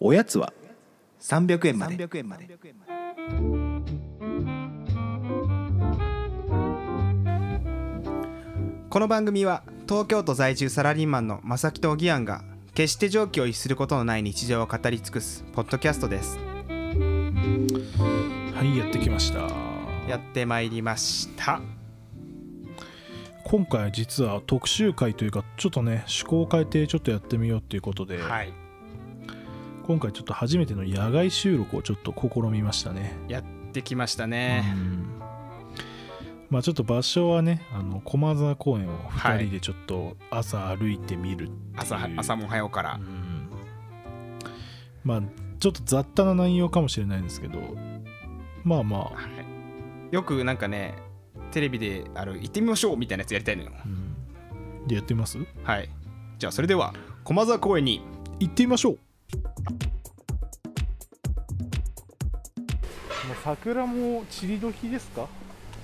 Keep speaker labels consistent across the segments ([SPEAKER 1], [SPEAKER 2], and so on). [SPEAKER 1] おやつは
[SPEAKER 2] 300円まで
[SPEAKER 3] 300円まで
[SPEAKER 2] この番組は東京都在住サラリーマンの正木とおぎやんが決して常軌を逸することのない日常を語り尽くすポッドキャストです
[SPEAKER 4] はいやってきました
[SPEAKER 2] やってまいりました
[SPEAKER 4] 今回実は特集会というかちょっとね趣向を変えてちょっとやってみようっていうことで、
[SPEAKER 2] はい
[SPEAKER 4] 今回ちょっと初めての野外収録をちょっと試みましたね、
[SPEAKER 2] やってきましたね
[SPEAKER 4] うんまあちょっと場所はねあの駒沢公園を2人でちょっと朝歩いてみるっていう、
[SPEAKER 2] 朝朝も早うから
[SPEAKER 4] うんまあちょっと雑多な内容かもしれないんですけどまあまあ、
[SPEAKER 2] はいよくなんかねテレビであの行ってみましょうみたいなやつやりたいのよ
[SPEAKER 4] うんでやってみます
[SPEAKER 2] はいじゃあそれでは駒沢公園に
[SPEAKER 4] 行ってみましょう
[SPEAKER 5] もう桜も散り時ですか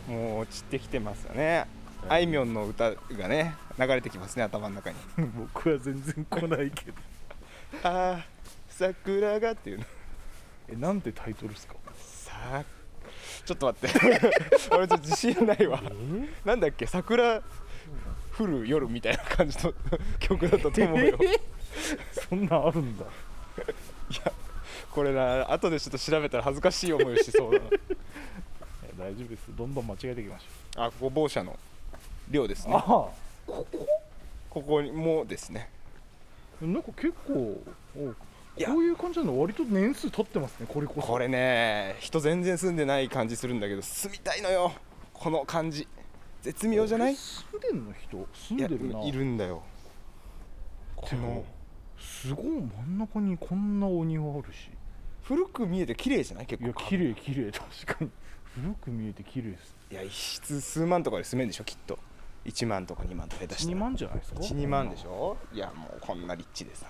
[SPEAKER 2] もう散ってきてますよねあいみょんの歌がね流れてきますね頭の中に
[SPEAKER 5] 僕は全然来ないけど
[SPEAKER 2] ああ桜がっていうの
[SPEAKER 5] えなんてタイトルですか
[SPEAKER 2] さちょっと待って 俺ちょっと自信ないわなんだっけ桜降る夜みたいな感じの 曲だったと思うよ
[SPEAKER 5] そんなんあるんだ
[SPEAKER 2] これな後でちょっと調べたら恥ずかしい思いをしそうだ
[SPEAKER 5] いや大丈夫ですどんどん間違えていきまし
[SPEAKER 2] なあここ某社の寮です
[SPEAKER 5] ょう
[SPEAKER 2] ね
[SPEAKER 5] あ
[SPEAKER 2] ここにもですね
[SPEAKER 5] あなんか結構お
[SPEAKER 2] いや
[SPEAKER 5] こういう感じなの割と年数経ってますねこれこそ
[SPEAKER 2] これね人全然住んでない感じするんだけど住みたいのよこの感じ絶妙じゃない
[SPEAKER 5] 住んでんの人
[SPEAKER 2] い
[SPEAKER 5] 住
[SPEAKER 2] や
[SPEAKER 5] んでるない
[SPEAKER 2] るんだよ
[SPEAKER 5] このすごい真ん中にこんなお庭あるし
[SPEAKER 2] 古く見えて綺麗じゃない結
[SPEAKER 5] いや
[SPEAKER 2] 構
[SPEAKER 5] 綺麗綺麗確かに古く見えて綺麗です
[SPEAKER 2] いや一室数万とかで住めんでしょきっと1万とか2万とか下手した
[SPEAKER 5] 2
[SPEAKER 2] ら
[SPEAKER 5] 万じゃないですか
[SPEAKER 2] 12万でしょいやもうこんな立地でさ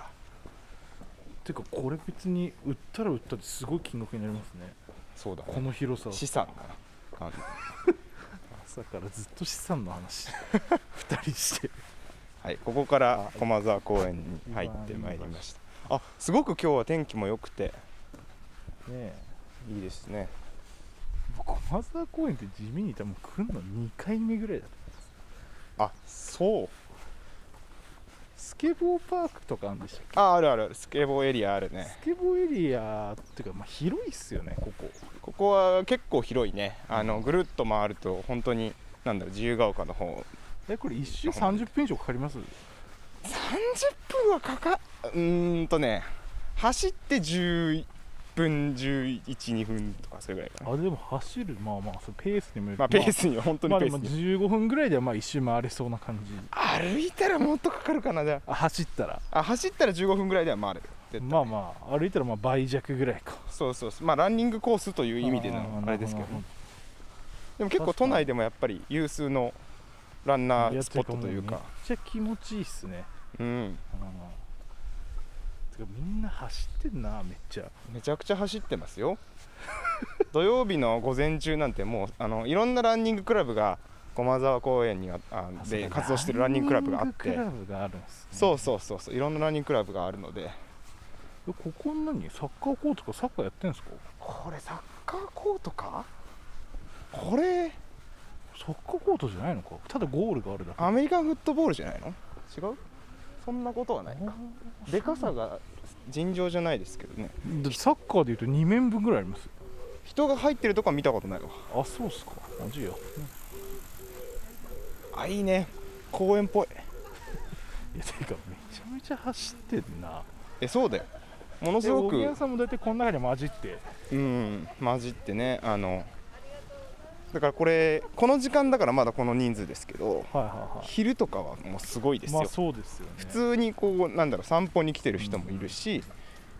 [SPEAKER 5] てかこれ別に売ったら売ったってすごい金額になりますね
[SPEAKER 2] そうだ
[SPEAKER 5] この広さは
[SPEAKER 2] 資産かなあの
[SPEAKER 5] 朝からずっと資産の 話二人して
[SPEAKER 2] はいここから駒沢公園に入ってまいりましたあすごく今日は天気も良くて
[SPEAKER 5] ね
[SPEAKER 2] いいですね
[SPEAKER 5] 駒沢公園って地味に多分来るの2回目ぐらいだと
[SPEAKER 2] あそう
[SPEAKER 5] スケボーパークとかあるんでしたっ
[SPEAKER 2] ああるあるスケボーエリアある
[SPEAKER 5] け、
[SPEAKER 2] ね
[SPEAKER 5] スケボーエリアっていうか、まあ、広いっすよねここ
[SPEAKER 2] ここは結構広いねあのぐるっと回ると本当になんだろう自由が丘の方
[SPEAKER 5] えこれ一周30分以上かかります
[SPEAKER 2] 30分はかかうーんとね走って10分112分とかそれぐらいかな
[SPEAKER 5] あでも走るまあまあそれペースにもよる
[SPEAKER 2] まあペースに本当
[SPEAKER 5] ま
[SPEAKER 2] に
[SPEAKER 5] あ
[SPEAKER 2] ペ
[SPEAKER 5] で
[SPEAKER 2] ース
[SPEAKER 5] も
[SPEAKER 2] に、
[SPEAKER 5] 15分ぐらいではまあ一周回れそうな感じ
[SPEAKER 2] 歩いたらもっとかかるかなじゃ
[SPEAKER 5] あ走ったら
[SPEAKER 2] ああ走ったら15分ぐらいでは回れる絶対
[SPEAKER 5] まあまあ歩いたらまあ倍弱ぐらいか
[SPEAKER 2] そうそうそうまあランニングコースという意味で
[SPEAKER 5] あ
[SPEAKER 2] の
[SPEAKER 5] ー
[SPEAKER 2] あれですけど
[SPEAKER 5] なるほ
[SPEAKER 2] でも結構
[SPEAKER 5] 確か
[SPEAKER 2] 都
[SPEAKER 5] に
[SPEAKER 2] 内でもやっぱり有数のランナ
[SPEAKER 5] いや
[SPEAKER 2] ースポットという
[SPEAKER 5] て
[SPEAKER 2] か
[SPEAKER 5] もめっちゃ気持ちいいっすね
[SPEAKER 2] うん
[SPEAKER 5] うんてかみんな走ってんなめっちゃ
[SPEAKER 2] めちゃくちゃ走ってますよ 土曜日の午前中なんてもうあのいろんなランニングクラブが駒沢公園にはあで活動してるランニングクラブがあっ
[SPEAKER 5] ラン
[SPEAKER 2] て
[SPEAKER 5] ニングクラブがあるんですね
[SPEAKER 2] そうそうそうそういろんなランニングクラブがあるので
[SPEAKER 5] えここ何サッカーコートとかサッカーやってんすか
[SPEAKER 2] これサッカーコートかこれ
[SPEAKER 5] サッカーコートじゃないのかただゴールがあるだけ
[SPEAKER 2] アメリカンフットボールじゃないの違うそんなことはないかでかさが尋常じゃないですけどね
[SPEAKER 5] だってサッカーでいうと2面分ぐらいありますよ
[SPEAKER 2] 人が入ってるとこは見たことないわ
[SPEAKER 5] あそうっすかマジや
[SPEAKER 2] あいいね公園っぽい
[SPEAKER 5] いやてかめちゃめちゃ走ってんな
[SPEAKER 2] えそうだよものす
[SPEAKER 5] で
[SPEAKER 2] ご
[SPEAKER 5] 小
[SPEAKER 2] く
[SPEAKER 5] 木屋さんも大体この中に混じって
[SPEAKER 2] うん混じってねあのだからこれこの時間だからまだこの人数ですけど
[SPEAKER 5] はいは
[SPEAKER 2] 昼とかはもうすごいで
[SPEAKER 5] いはい
[SPEAKER 2] すよ、
[SPEAKER 5] まあそうですよね
[SPEAKER 2] 普通にこうなんだろう散歩に来てる人もいるし、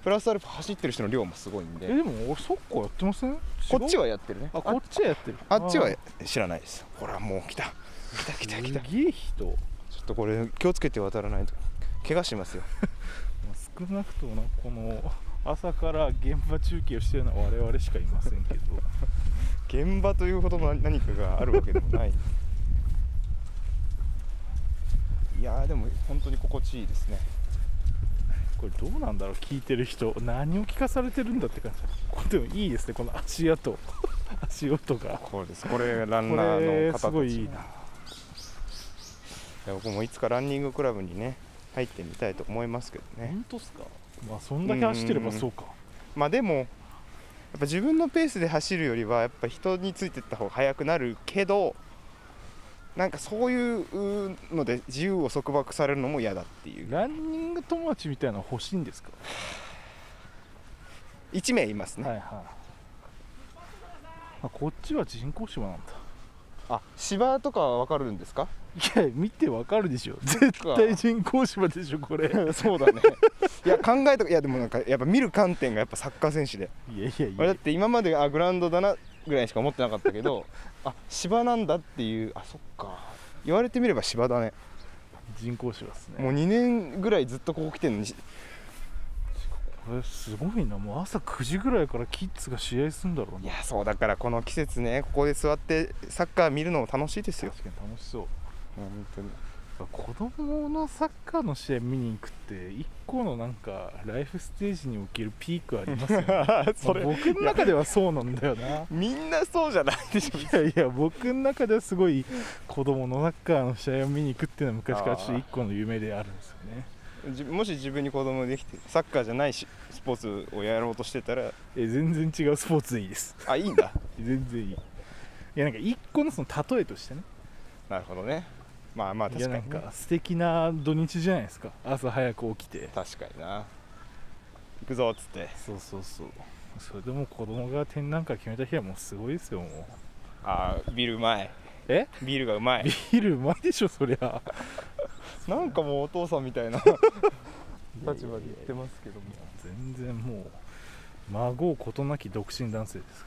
[SPEAKER 2] プラスアルファ走ってる人の量もすごいん
[SPEAKER 5] え
[SPEAKER 2] で
[SPEAKER 5] でも俺サッカーやってません
[SPEAKER 2] こっち
[SPEAKER 5] は
[SPEAKER 2] はやってるね
[SPEAKER 5] あこっちはやってる
[SPEAKER 2] あっちは
[SPEAKER 5] ー
[SPEAKER 2] 知らないですほらもう来た来た来た来たち
[SPEAKER 5] すげえ人
[SPEAKER 2] ょっとこれ気をつけて渡らないと怪我しますよ
[SPEAKER 5] まあ少なくともなこの朝から現場中継をしてるのは我々しかいませんけど
[SPEAKER 2] 現場というほどの何かがあるわけでもない いやーでも本当に心地いいですね
[SPEAKER 5] これどうなんだろう聞いてる人何を聞かされてるんだって感じこれでもいいですねこの足跡 足音が
[SPEAKER 2] これですこれラン
[SPEAKER 5] こ
[SPEAKER 2] ナーの
[SPEAKER 5] れ
[SPEAKER 2] 方
[SPEAKER 5] す
[SPEAKER 2] たち
[SPEAKER 5] ごいいい
[SPEAKER 2] い
[SPEAKER 5] な
[SPEAKER 2] や僕もいつかランニングクラブにね入ってみたいと思いますけどね
[SPEAKER 5] 本当っすかまあそんだけ走ってればそうか
[SPEAKER 2] まあでもやっぱ自分のペースで走るよりはやっぱ人についてった方が速くなるけどなんかそういうので自由を束縛されるのも嫌だっていう
[SPEAKER 5] ランニング友達みたいなの欲しいんですか
[SPEAKER 2] 1名いますね、
[SPEAKER 5] はいはい、あ、こっちは人工芝なんだ
[SPEAKER 2] あ芝とかは分かるんです か
[SPEAKER 5] いや見てわかるでしょ絶対人工芝でしょこれいや
[SPEAKER 2] そうだね いや考えとかいやでもなんかやっぱ見る観点がやっぱサッカー選手で
[SPEAKER 5] いやい
[SPEAKER 2] 俺だ
[SPEAKER 5] や
[SPEAKER 2] って今まであグラウンドだなぐらいしか思ってなかったけ どあ芝なんだっていうあそっか言われてみれば芝だね
[SPEAKER 5] 人工芝ですね
[SPEAKER 2] もう2年ぐらいずっとここ来てんのに
[SPEAKER 5] これすごいなもう朝9時ぐらいからキッズが試合するんだろう
[SPEAKER 2] い
[SPEAKER 5] な
[SPEAKER 2] やそうだからこの季節ねここで座ってサッカー見るのも楽しいですよ
[SPEAKER 5] 確かに楽しそう
[SPEAKER 2] 本当に
[SPEAKER 5] 子供のサッカーの試合見に行くって一個のなんかライフステージにおけるピークありますよね
[SPEAKER 2] それ
[SPEAKER 5] まあ僕の中ではそうなんだよな
[SPEAKER 2] みんなそうじゃないでしょ
[SPEAKER 5] いやいや僕の中ではすごい子供のサッカーの試合を見に行くっていうのは昔からちょっと一個の夢であるんですよね
[SPEAKER 2] じもし自分に子供できてサッカーじゃないしスポーツをやろうとしてたら
[SPEAKER 5] え全然違うスポーツでいいです
[SPEAKER 2] あいいん だ
[SPEAKER 5] 全然いいいやなんか一個のその例えとしてね
[SPEAKER 2] なるほどねまあまあ
[SPEAKER 5] い
[SPEAKER 2] 確
[SPEAKER 5] や
[SPEAKER 2] か
[SPEAKER 5] なん
[SPEAKER 2] にね
[SPEAKER 5] か素敵な土日じゃないですか朝早く起きて
[SPEAKER 2] 確かにな行くぞっつって
[SPEAKER 5] そうそうそうそれでも子供が展覧会決めた日はもうすごいですよもう
[SPEAKER 2] あービールうまい
[SPEAKER 5] え
[SPEAKER 2] ビールがうまい
[SPEAKER 5] ビールうまいでしょそりゃ
[SPEAKER 2] なんかもうお父さんみたいな 立場で言ってますけども
[SPEAKER 5] 全然もう孫を事なき独身男性です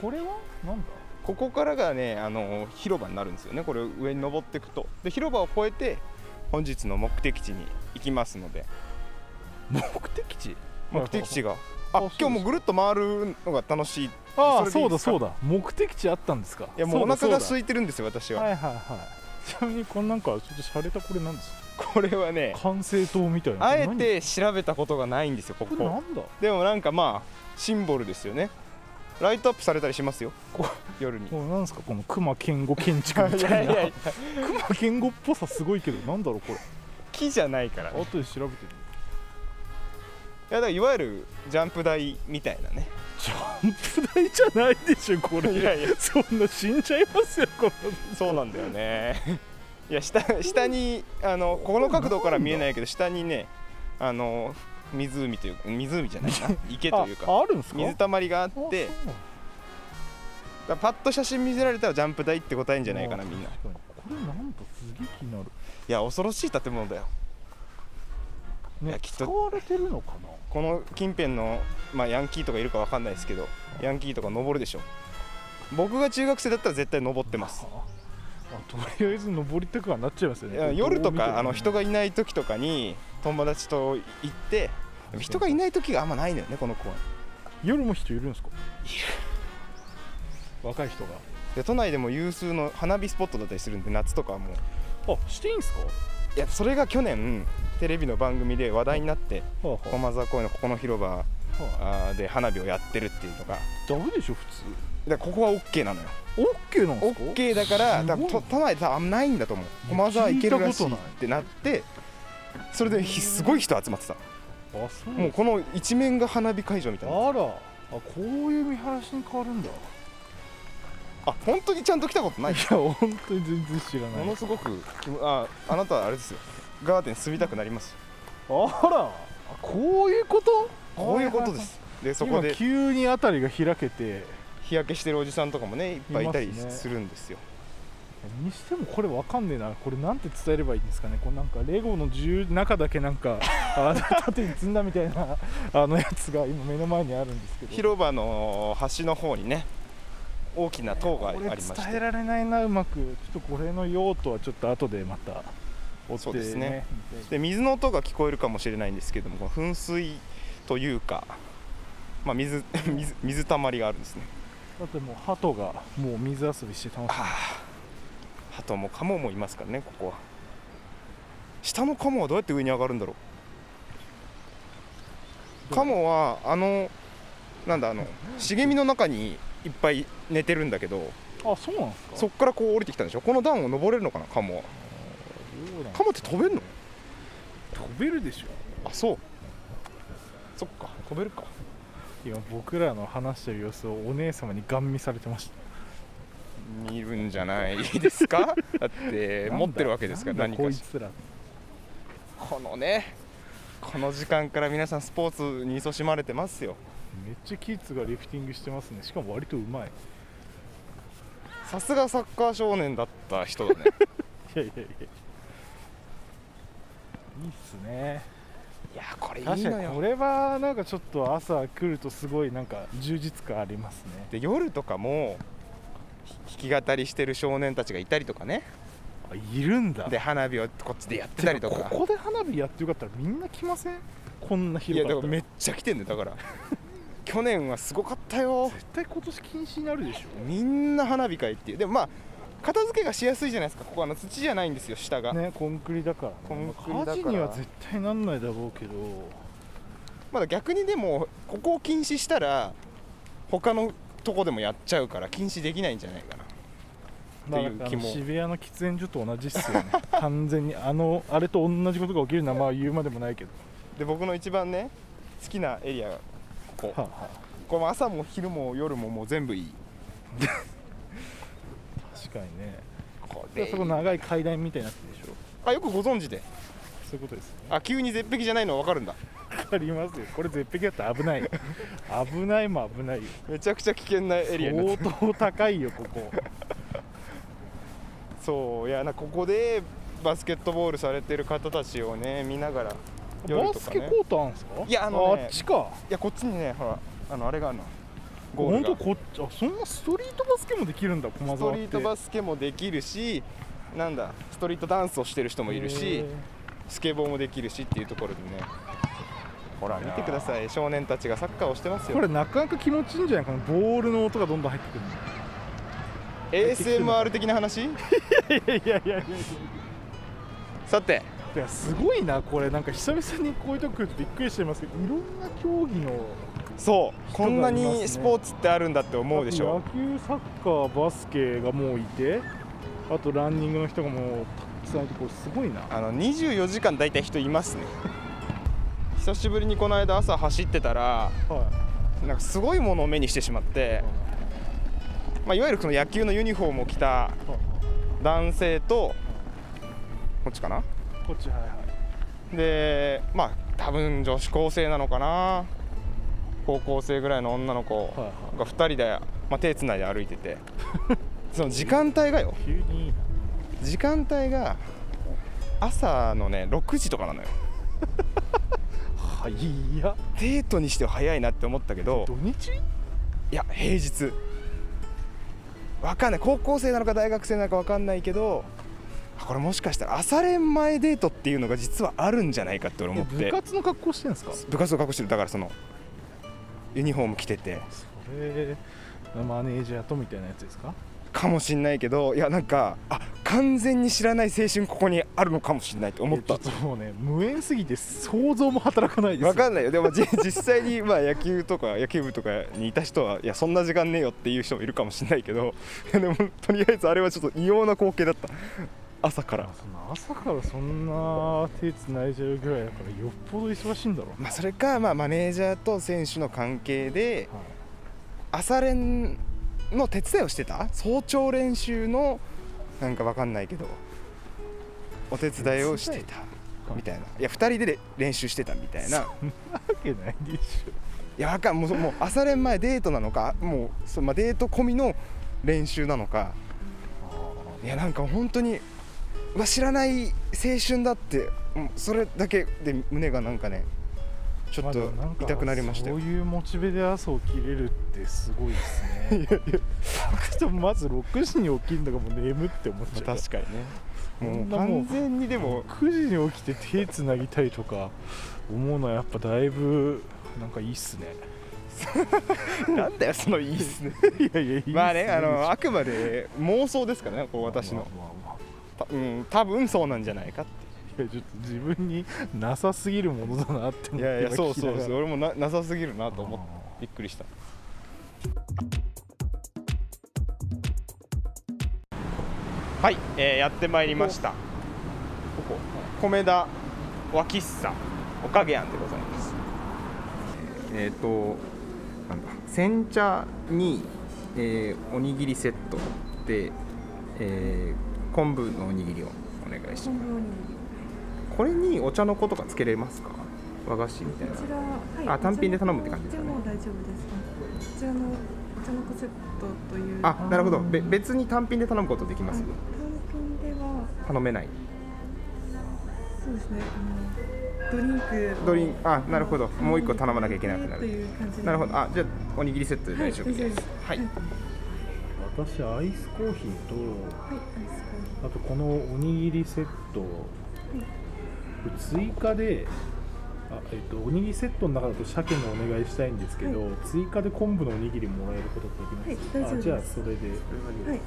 [SPEAKER 5] これはなんだ
[SPEAKER 2] ここからがねあの広場になるんですよねこれを上に登っていくとで広場を越えて本日の目的地に行きますので
[SPEAKER 5] 目的地
[SPEAKER 2] 目的地が
[SPEAKER 5] あ
[SPEAKER 2] あ
[SPEAKER 5] そうです
[SPEAKER 2] 今日もぐるっと回るのが楽しいい
[SPEAKER 5] あ
[SPEAKER 2] それ
[SPEAKER 5] あ
[SPEAKER 2] でい
[SPEAKER 5] そ
[SPEAKER 2] い
[SPEAKER 5] う
[SPEAKER 2] で
[SPEAKER 5] だ
[SPEAKER 2] すか
[SPEAKER 5] そうだ目的地あったんですか
[SPEAKER 2] やもうお腹が
[SPEAKER 5] そう
[SPEAKER 2] 空いてるんですよ私
[SPEAKER 5] だ
[SPEAKER 2] は、
[SPEAKER 5] はいはいはいちなみにこのなんかちょっと洒落たこれなんですか
[SPEAKER 2] これはね
[SPEAKER 5] 管制塔みたいな
[SPEAKER 2] あえて調べたことがないんですよこ
[SPEAKER 5] 何これな
[SPEAKER 2] こ
[SPEAKER 5] んだ
[SPEAKER 2] でもなんかまあシンボルですよねライトアップされたりしますよ
[SPEAKER 5] こ
[SPEAKER 2] 夜に
[SPEAKER 5] これなんですかこの熊健吾建築み
[SPEAKER 2] い
[SPEAKER 5] た
[SPEAKER 2] や
[SPEAKER 5] い
[SPEAKER 2] いや
[SPEAKER 5] ない熊健吾っぽさすごいけどなんだろうこれ
[SPEAKER 2] や木じゃないから、ね、い
[SPEAKER 5] 後で調べてみる
[SPEAKER 2] やだからいわゆるジャンプ台みたいなね
[SPEAKER 5] ジャンプ台じゃないでしょこれ
[SPEAKER 2] いやいや
[SPEAKER 5] そんな死んじゃいますよこの
[SPEAKER 2] そうなんだよね いや下下にあのここの角度から見えないけど下にねあの湖というか湖じゃない な池というか
[SPEAKER 5] ああるんですか
[SPEAKER 2] 水たまりがあって
[SPEAKER 5] あそうなんだ
[SPEAKER 2] だからパッと写真見せられたらジャンプ台って答えんじゃないかなみんな
[SPEAKER 5] あ
[SPEAKER 2] い
[SPEAKER 5] 確かにこれなんだすげえ気になる
[SPEAKER 2] や恐ろしい建物だよい
[SPEAKER 5] ね
[SPEAKER 2] やきっと
[SPEAKER 5] 使われてるのかな
[SPEAKER 2] この近辺の、まあ、ヤンキーとかいるかわかんないですけどヤンキーとか登るでしょ僕が中学生だったら絶対登ってます
[SPEAKER 5] ああとりあえず登りたくはなっちゃいますよ
[SPEAKER 2] い
[SPEAKER 5] ね
[SPEAKER 2] や夜とかあの人が
[SPEAKER 5] が
[SPEAKER 2] いない時とかに友達と行ってでも人がいない時があんまないのよねこの公園
[SPEAKER 5] 夜も人いるんですか若い人が
[SPEAKER 2] で都内でも有数の花火スポットだったりするんで夏とかはもう
[SPEAKER 5] あしていいんですか、
[SPEAKER 2] いやそれが去年テレビの番組で話題になって
[SPEAKER 5] はあは
[SPEAKER 2] 駒沢公園のここの広場
[SPEAKER 5] あはあ
[SPEAKER 2] あーで花火をやってるっていうのが
[SPEAKER 5] ダメでしょ普通
[SPEAKER 2] でここは OK なのよ
[SPEAKER 5] オッケーなんですか
[SPEAKER 2] OK だから
[SPEAKER 5] す
[SPEAKER 2] 多
[SPEAKER 5] ごい
[SPEAKER 2] 分
[SPEAKER 5] ね
[SPEAKER 2] 都都内で多分ないんだと思う駒沢行けるらしいってなってそれでひすごい人集まってた
[SPEAKER 5] あそう
[SPEAKER 2] もうこの一面が花火会場みたいな
[SPEAKER 5] あらあこういう見晴らしに変わるんだい
[SPEAKER 2] あ本当にちゃんと来たことない
[SPEAKER 5] や本当に全然知ら
[SPEAKER 2] も
[SPEAKER 5] な
[SPEAKER 2] の
[SPEAKER 5] い
[SPEAKER 2] すごく気もああなたはあれですよガーデン住みたくなります
[SPEAKER 5] あらあこういうこと
[SPEAKER 2] こういうことですでそこで
[SPEAKER 5] 今急に辺りが開けて
[SPEAKER 2] 日焼けしてるおじさんとかもねいっぱいいた
[SPEAKER 5] い
[SPEAKER 2] り
[SPEAKER 5] ますね
[SPEAKER 2] するんですよ
[SPEAKER 5] にしてもこれわかんねえなこれなんて伝えればいいんですかねこうなんかレゴの自由中だけなんかあの縦に積んだみたいなあのやつが今目の前にあるんですけど
[SPEAKER 2] 広場の端の方にね大きな塔があ
[SPEAKER 5] こ
[SPEAKER 2] り
[SPEAKER 5] れ
[SPEAKER 2] ま
[SPEAKER 5] 伝
[SPEAKER 2] し
[SPEAKER 5] え
[SPEAKER 2] て
[SPEAKER 5] られないなうまくちょっとこれの用途はちょっと後でまた追って
[SPEAKER 2] そうですね
[SPEAKER 5] 見て
[SPEAKER 2] で水の音が聞こえるかもしれないんですけどもこの噴水というか、まあ、水 水水たまりがあるんですね
[SPEAKER 5] だってもう鳩がもう水遊びして楽しい
[SPEAKER 2] ああ鳩もカモもいますからねここは下のカモはどうやって上に上がるんだろうカモはあのなんだあの茂みの中にいっぱい寝てるんだけど
[SPEAKER 5] あそうなんですか
[SPEAKER 2] そっからこう降りてきたんでしょこの段を登れるのかなカモは
[SPEAKER 5] そうなん
[SPEAKER 2] カモって飛べんの
[SPEAKER 5] 飛べるでしょ
[SPEAKER 2] あそうそっか飛べるか
[SPEAKER 5] 今僕らの話してる様子をお姉様にガン見されてました
[SPEAKER 2] 見るんじゃないですかだって持ってるわけですから
[SPEAKER 5] なん
[SPEAKER 2] 何
[SPEAKER 5] だこ
[SPEAKER 2] か
[SPEAKER 5] い
[SPEAKER 2] し
[SPEAKER 5] つら
[SPEAKER 2] このねこの時間から皆さんスポーツに勤しまれてますよ
[SPEAKER 5] めっちゃキッズがリフティングしてますねしかも割とうまい
[SPEAKER 2] さすがサッカー少年だった人だね
[SPEAKER 5] いやいやいやいいっすね
[SPEAKER 2] いやこれいい
[SPEAKER 5] 確
[SPEAKER 2] の
[SPEAKER 5] かにこ
[SPEAKER 2] よ
[SPEAKER 5] れはなんかちょっと朝来るとすごいなんか充実感ありますね
[SPEAKER 2] で夜とかもひ弾き語りしてる少年たちがいたりとかね
[SPEAKER 5] あいるんだ
[SPEAKER 2] で花火をこっちでやってたりとか
[SPEAKER 5] ここで花火やってよかったらみんな来ませんこんない
[SPEAKER 2] や
[SPEAKER 5] 広
[SPEAKER 2] だか
[SPEAKER 5] か
[SPEAKER 2] ら
[SPEAKER 5] ったら
[SPEAKER 2] めっちゃ来てんねだ から去年はすごかったよ
[SPEAKER 5] 絶対今年禁止になるでしょ
[SPEAKER 2] みんな花火会っていうでもまあ片付けがしやすいじゃないですかここあの土じゃないんですよ下が、
[SPEAKER 5] ね、コンクリだから、ね、
[SPEAKER 2] コンクリだから
[SPEAKER 5] 火事には絶対なんないだろうけど
[SPEAKER 2] まだ逆にでもここを禁止したら他のとこでもやっちゃうから禁止できないんじゃないかな
[SPEAKER 5] まあ
[SPEAKER 2] っていう気も
[SPEAKER 5] あの渋谷の喫煙所と同じっすよね 完全にあのあれと同じことが起きるのはまあ言うまでもないけど、
[SPEAKER 2] で僕の一番ね好きなエリアがここ
[SPEAKER 5] はあは
[SPEAKER 2] これも朝も昼も夜ももう全部いい
[SPEAKER 5] あ、確かにね
[SPEAKER 2] こ
[SPEAKER 5] でそこ長い階段みたいになってるでしょ
[SPEAKER 2] あよくご存知で
[SPEAKER 5] そういうことですね
[SPEAKER 2] あ急に絶壁じゃないの分かるんだ
[SPEAKER 5] わかりますよこれ絶壁だったら危ない 危ないも危ないよ
[SPEAKER 2] めちゃくちゃ危険なエリアになってる
[SPEAKER 5] 相当高いよここ
[SPEAKER 2] そういやなここでバスケットボールされてる方たちをね見ながら夜
[SPEAKER 5] バ
[SPEAKER 2] と
[SPEAKER 5] ス
[SPEAKER 2] か
[SPEAKER 5] ケ
[SPEAKER 2] ね
[SPEAKER 5] コートあるんですか
[SPEAKER 2] いやあのね
[SPEAKER 5] あっちか
[SPEAKER 2] いやこっちにねほらあのあれがあるのゴー
[SPEAKER 5] 本
[SPEAKER 2] ル
[SPEAKER 5] 当
[SPEAKER 2] が
[SPEAKER 5] こっちあそんなストリートバスケもできるんだ駒
[SPEAKER 2] スト
[SPEAKER 5] 沢っ
[SPEAKER 2] リ
[SPEAKER 5] て
[SPEAKER 2] ートバ
[SPEAKER 5] ス
[SPEAKER 2] スケもできるしなんだストリートダンスをしてる人もいるしスケボーもできるしっていうところでねほら見てください少年たちがサッカーをしてます
[SPEAKER 5] こ
[SPEAKER 2] よ
[SPEAKER 5] れなかなか気持ちいいんじゃないかなボールの音がどんどん入ってくる
[SPEAKER 2] ASMR 的な 話
[SPEAKER 5] いやいやいやいや
[SPEAKER 2] さて
[SPEAKER 5] いやすごいなこれなんか久々にこういうとこ来るとびっくりしてますけどいろんな競技の
[SPEAKER 2] そうこんな
[SPEAKER 5] 人がいます
[SPEAKER 2] に
[SPEAKER 5] ね
[SPEAKER 2] スポーツってあるんだって思うでしょ
[SPEAKER 5] 野球サッカーバスケがもういてあとランニングの人がもうたくさんいてこれすごいな
[SPEAKER 2] あの24時間大体人い ますね久しぶりにこの間朝走ってたら
[SPEAKER 5] は
[SPEAKER 2] なんかすごいものを目にしてしまって、まあ、いわゆるその野球のユニフォームを着た
[SPEAKER 5] い、は
[SPEAKER 2] 男性とこっちかな
[SPEAKER 5] あこっちはいはい
[SPEAKER 2] でまあ多分女子高生なのかな高校生ぐらいの女の子
[SPEAKER 5] はいはい
[SPEAKER 2] が2人で、まあ、手つないで歩いてて その時間帯がよ
[SPEAKER 5] 急にいいな
[SPEAKER 2] 時間帯が朝のね6時とかなのよ
[SPEAKER 5] はいいや
[SPEAKER 2] デートにしては早いなって思ったけど
[SPEAKER 5] 土日
[SPEAKER 2] いや平日わかんない高校生なのか大学生なのかわかんないけどあこれもしかしたら朝練前デートっていうのが実はあるんじゃないかって俺思
[SPEAKER 5] え
[SPEAKER 2] って
[SPEAKER 5] 部活の格好してるんですか
[SPEAKER 2] 部活を隠してるだからそのユニフォーム着てて
[SPEAKER 5] それマネージャーとみたいなやつですか
[SPEAKER 2] かもしんないけどいやなんかあ完全に知らない青春ここにあるのかもしんないと思っ
[SPEAKER 5] え
[SPEAKER 2] た
[SPEAKER 5] ちょっともうね無縁すぎて想像も働かないです
[SPEAKER 2] わかんないよでもじ 実際にまあ野球とか野球部とかにいた人はいやそんな時間ねえよっていう人もいるかもしんないけど いやでもとりあえずあれはちょっと異様な光景だった朝から
[SPEAKER 5] あその朝からそんな手つないじゃうぐらいだからよっぽど忙しいんだろうね
[SPEAKER 2] まあ、それか、まあ、マネージャーと選手の関係で
[SPEAKER 5] はい
[SPEAKER 2] 朝練の手伝いをしてた早朝練習のなんかわかんないけどお手伝いをしてたみたいないや2人で練習してたみたいない
[SPEAKER 5] わけないでし
[SPEAKER 2] やわかんもうもう朝練前デートなのかもうそう、まあ、デート込みの練習なのかいやなんか本当にうわ知らない青春だってうんそれだけで胸がなんかねち
[SPEAKER 5] ょ
[SPEAKER 2] ょっと
[SPEAKER 5] でもなんか
[SPEAKER 2] 痛くなりましたよ
[SPEAKER 5] そういうモチベで朝起きれるってすごいですねいやい やまず6時に起きるのがもう眠って思っちゃう
[SPEAKER 2] 確かにねも
[SPEAKER 5] そ
[SPEAKER 2] うん
[SPEAKER 5] なも
[SPEAKER 2] 完
[SPEAKER 5] う
[SPEAKER 2] 全にでも
[SPEAKER 5] 9時に起きて手つなぎたいとか思うのはやっぱだいぶなんかいいっすね
[SPEAKER 2] なんだよそ のいいっすね
[SPEAKER 5] いやいやいいっす
[SPEAKER 2] まあねあのあくまで妄想ですからねこう私の
[SPEAKER 5] まあまあまあ
[SPEAKER 2] たうん多分そうなんじゃないかって
[SPEAKER 5] いやちょっと自分になさすぎるものだなって思って
[SPEAKER 2] いやいやそうそうそう
[SPEAKER 5] う
[SPEAKER 2] 俺もななさすぎるなと思ってびっくりしたはい、えーやってまいりましたここ米田和喫茶おかげ庵でございますえっ、となんだ煎茶に、えーおにぎりセットで、えー昆布のおにぎりをお願いしますこれにお茶の子とかつけれますか和菓子みたいな
[SPEAKER 1] こちら、はい、
[SPEAKER 2] あ単品で頼むって感じですかね
[SPEAKER 1] こちらも大丈夫です。こちらのお茶の子セットという。
[SPEAKER 2] あなるほどべ別に単品で頼むことできま
[SPEAKER 1] はい
[SPEAKER 2] す、
[SPEAKER 1] 単品では、
[SPEAKER 2] 頼めない
[SPEAKER 1] そうですね。あのドリンクを。
[SPEAKER 2] ドリンクあなるほどもう一個頼まなきゃいけなくなる
[SPEAKER 1] という感じで。
[SPEAKER 2] なるほどあじゃあおにぎりセットで
[SPEAKER 1] は
[SPEAKER 2] 大
[SPEAKER 1] い。
[SPEAKER 2] 丈夫ですは
[SPEAKER 1] はいい。はい。
[SPEAKER 5] 私アイスコーヒーと
[SPEAKER 1] アイスコーヒ
[SPEAKER 5] あとこのおにぎりセット、追加であ、えっとおにぎりセットの中だと鮭のお願いしたいんですけど、
[SPEAKER 1] は
[SPEAKER 5] 追加で昆布のおにぎりもらえることってできます、
[SPEAKER 1] はい大丈夫
[SPEAKER 5] あ
[SPEAKER 1] です
[SPEAKER 5] じゃあそれで、
[SPEAKER 1] ー。はい。
[SPEAKER 5] はい、アイ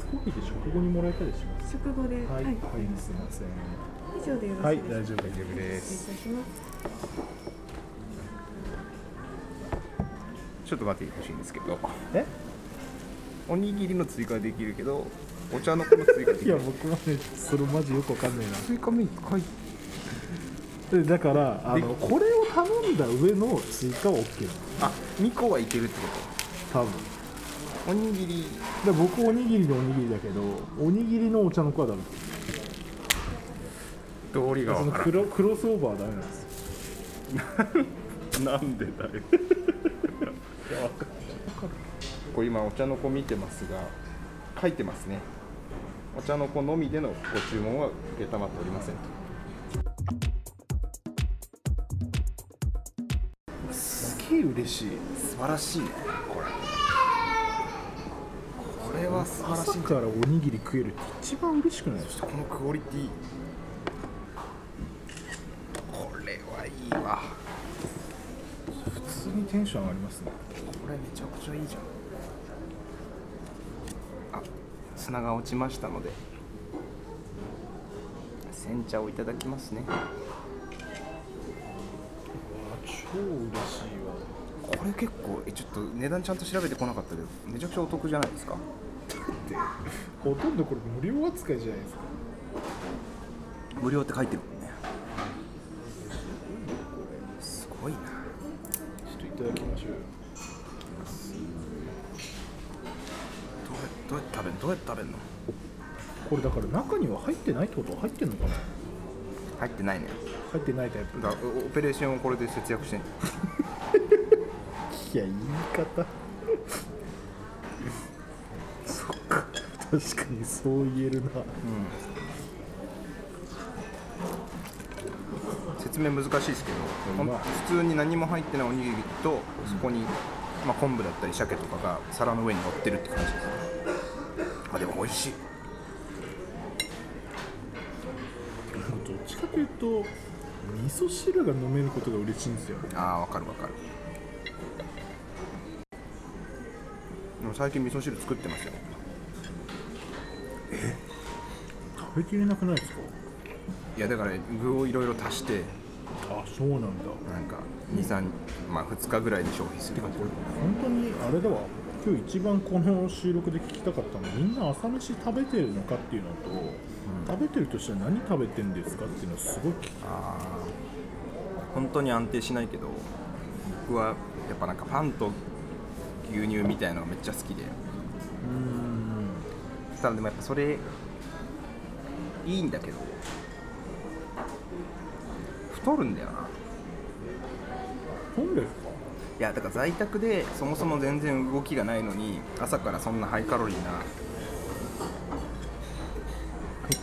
[SPEAKER 5] スコーヒーって食後にもらえたりします
[SPEAKER 1] 食後で。は
[SPEAKER 5] はい、
[SPEAKER 1] い。
[SPEAKER 5] はい、すいません
[SPEAKER 1] 以上でよろしいですか。
[SPEAKER 5] はい大丈夫で
[SPEAKER 2] 夫
[SPEAKER 5] す
[SPEAKER 1] 失礼いたします。
[SPEAKER 2] ちょっと待ってほしいんですけど
[SPEAKER 5] え
[SPEAKER 2] おにぎりの追加できるけどお茶の子の追加でき
[SPEAKER 5] いや
[SPEAKER 2] る
[SPEAKER 5] 僕はねそれマジよくわかんないな
[SPEAKER 2] 追加メイク書いて
[SPEAKER 5] でだからあの
[SPEAKER 2] で
[SPEAKER 5] これを頼んだ上の追加は OK なの
[SPEAKER 2] あ二2個はいけるってこ
[SPEAKER 5] 多分
[SPEAKER 2] とおにぎり
[SPEAKER 5] で僕おにぎりのおにぎりだけどおにぎりのお茶の子はダメ
[SPEAKER 2] 通りが
[SPEAKER 5] そ
[SPEAKER 2] わ
[SPEAKER 5] の
[SPEAKER 2] か
[SPEAKER 5] クロクロスオーバーはダメなんですよ
[SPEAKER 2] らんなんでだよこれ今お茶の子見てますが書いてますねお茶の子のみでのご注文は承っておりませんと
[SPEAKER 5] すげえ嬉しい
[SPEAKER 2] 素晴らしいねこれこれは素晴らしい
[SPEAKER 5] 朝からおにぎり食えるって一番嬉しくない
[SPEAKER 2] このクオリティこれはいいわ
[SPEAKER 5] 普通にテンション上がりますね
[SPEAKER 2] これめちゃくちゃいいじゃんあ砂が落ちましたので煎茶をいただきますね
[SPEAKER 5] あ超嬉しいわ
[SPEAKER 2] これ結構えちょっと値段ちゃんと調べてこなかったけどめちゃくちゃお得じゃないですか
[SPEAKER 5] ほとんどこれ無料扱いじゃないですか
[SPEAKER 2] 無料って書いてるもんねすごいな
[SPEAKER 5] ちょっといただきましょうよ
[SPEAKER 2] どうやどうやって食べんどうやって食べんの
[SPEAKER 5] これだから中には入ってないってことは入ってんのかな
[SPEAKER 2] 入ってないね
[SPEAKER 5] 入ってないタイ
[SPEAKER 2] だオペレーションをこれで節約してんじ
[SPEAKER 5] プいや言い方 そっか確かにそう言えるな
[SPEAKER 2] ゃん説明難しいですけど、ほん
[SPEAKER 5] まあ
[SPEAKER 2] 普通に何も入ってないおにぎりとそこに、まあ、昆布だったり鮭とかが皿の上に乗ってるって感じですねあでも美味しい
[SPEAKER 5] どっちかというと味噌汁が飲めることが嬉しいんですよ
[SPEAKER 2] あーわかるわかるでも最近味噌汁作ってますよ
[SPEAKER 5] 食べきれなくないですか
[SPEAKER 2] いやだから具をいろいろ足して
[SPEAKER 5] あそうなんだ
[SPEAKER 2] なんか23まあ2日ぐらいに消費する感じ
[SPEAKER 5] 本当にあれだわ今日一番この収録で聞きたかったのはみんな朝飯食べてるのかっていうのと、食べてるとしたら何食べてんですかっていうのはすごい聞き
[SPEAKER 2] 本当に安定しないけど僕はやっぱなんかパンと牛乳みたいなのがめっちゃ好きでただでもやっぱそれいいんだけど太るんだよな
[SPEAKER 5] 本です
[SPEAKER 2] いやだから在宅でそもそも全然動きがないのに朝からそんなハイカロリーな
[SPEAKER 5] か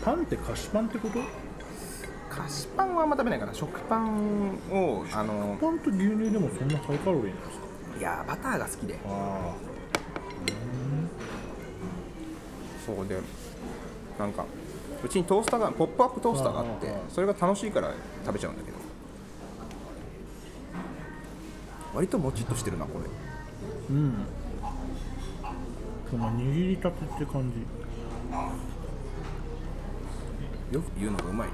[SPEAKER 5] パンって菓子パンってこと
[SPEAKER 2] 菓子パンはあんま食べないかな食パンをあの
[SPEAKER 5] パンと牛乳でもそんなハイカロリーなんですか
[SPEAKER 2] いやバターが好きで
[SPEAKER 5] あ
[SPEAKER 2] そうでなんかうちにトースターがポップアップトースターがあって
[SPEAKER 5] はいはいはい
[SPEAKER 2] それが楽しいから食べちゃうんだけど割ともちっとしてるなこれ
[SPEAKER 5] うんその握りたてって感じ
[SPEAKER 3] よく言うのがうまいね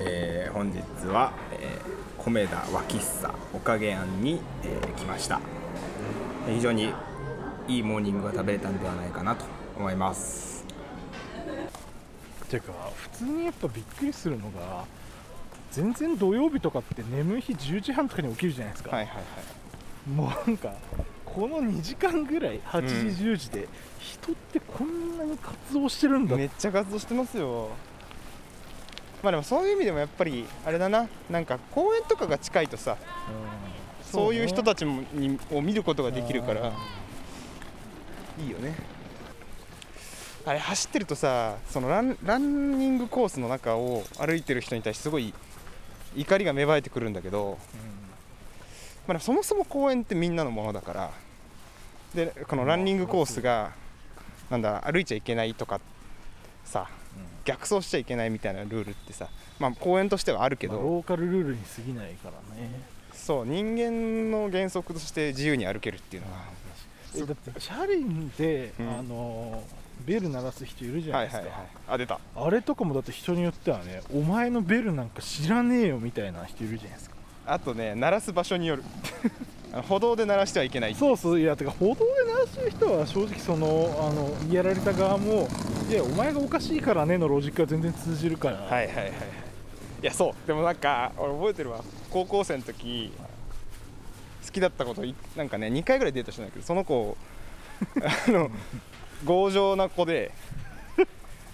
[SPEAKER 3] えー本日は、えー、米田和喫茶おかげ庵に、えー来ましたえー非常にいいモーニングが食べれたんではないかなと思います
[SPEAKER 5] ていうか普通にやっぱびっくりするのが全然土曜日とかって眠い日10時半とかに起きるじゃないですか、
[SPEAKER 2] はいはいはい
[SPEAKER 5] もうなんかこの2時間ぐらい8時、
[SPEAKER 2] うん
[SPEAKER 5] 10時で人ってこんなに活動してるんだ
[SPEAKER 2] めっちゃ活動してますよまあでもそういう意味でもやっぱりあれだななんか公園とかが近いとさそう,、いう人
[SPEAKER 5] ち
[SPEAKER 2] たちもにを見ることができるからいいよねあれ走ってるとさそのランランニングコースの中を歩いてる人に対してすごい怒りが芽生えてくるんだけど、まあ、でもそもそも公園ってみんなのものだからでこのランニングコースがなんだ歩いちゃいけないとかさ逆走しちゃいけないみたいなルールってさ、まあ、公園としてはあるけど、
[SPEAKER 5] ローカルルールに過ぎないからね
[SPEAKER 2] そう人間の原則として自由に歩けるっていうのは
[SPEAKER 5] えだってチャリンで、
[SPEAKER 2] うん
[SPEAKER 5] あのベル鳴らす人いるじゃな
[SPEAKER 2] はいい
[SPEAKER 5] です
[SPEAKER 2] は
[SPEAKER 5] か、
[SPEAKER 2] いはいあ出た
[SPEAKER 5] あれとかもだって人によってはねお前のベルなんか知らねえよみたいな人いるじゃないですか
[SPEAKER 2] あとね鳴らす場所による あの歩道で鳴らしてはいけない
[SPEAKER 5] そうそういやてか歩道で鳴らしてる人は正直そのあのやられた側もいやお前がおかしいからねのロジックは全然通じるから、
[SPEAKER 2] はいはいはいはいいやそうでもなんか俺覚えてるわ高校生の時好きだったこといなんかね2回ぐらいデートしたんだけどその 子あの強情な子で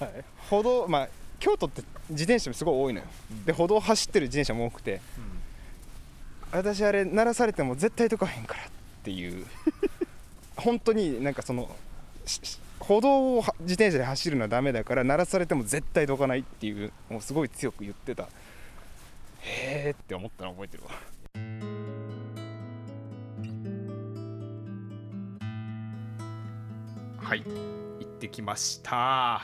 [SPEAKER 5] はい
[SPEAKER 2] 歩道まあ京都って自転車もすごい多いのよ、で歩道走ってる自転車も多くて、私あれ鳴らされても絶対とかへんからっていう 本当になんかそのしし歩道をは自転車で走るのはダメだから鳴らされても絶対どかないっていうもうすごい強く言ってたへえって思ったの覚えてるわ
[SPEAKER 3] はい行ってきました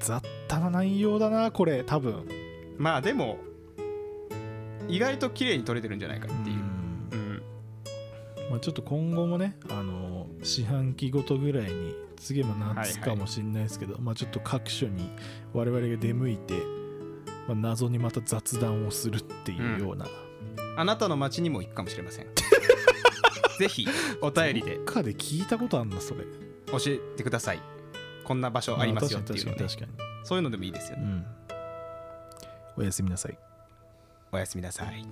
[SPEAKER 4] 雑多な内容だなこれ多分
[SPEAKER 3] まあでも意外と綺麗に撮れてるんじゃないかっていう、うん、
[SPEAKER 4] まあ、ちょっと今後もねあの四半期ごとぐらいに次も夏かもしれないですけど、まあ、ちょっと各所に我々が出向いて、まあ、謎にまた雑談をするっていうような、
[SPEAKER 3] あなたの街にも行くかもしれません ぜひお便りで
[SPEAKER 4] どっかで聞いたことあんなそれ
[SPEAKER 3] 教えてくださいこんな場所ありますよっていうの
[SPEAKER 4] まあ
[SPEAKER 3] ね
[SPEAKER 4] 確かに確かに
[SPEAKER 3] そういうのでもいいですよ
[SPEAKER 4] 確かに、
[SPEAKER 3] ね
[SPEAKER 4] うん、おやすみなさい
[SPEAKER 3] おやすみなさい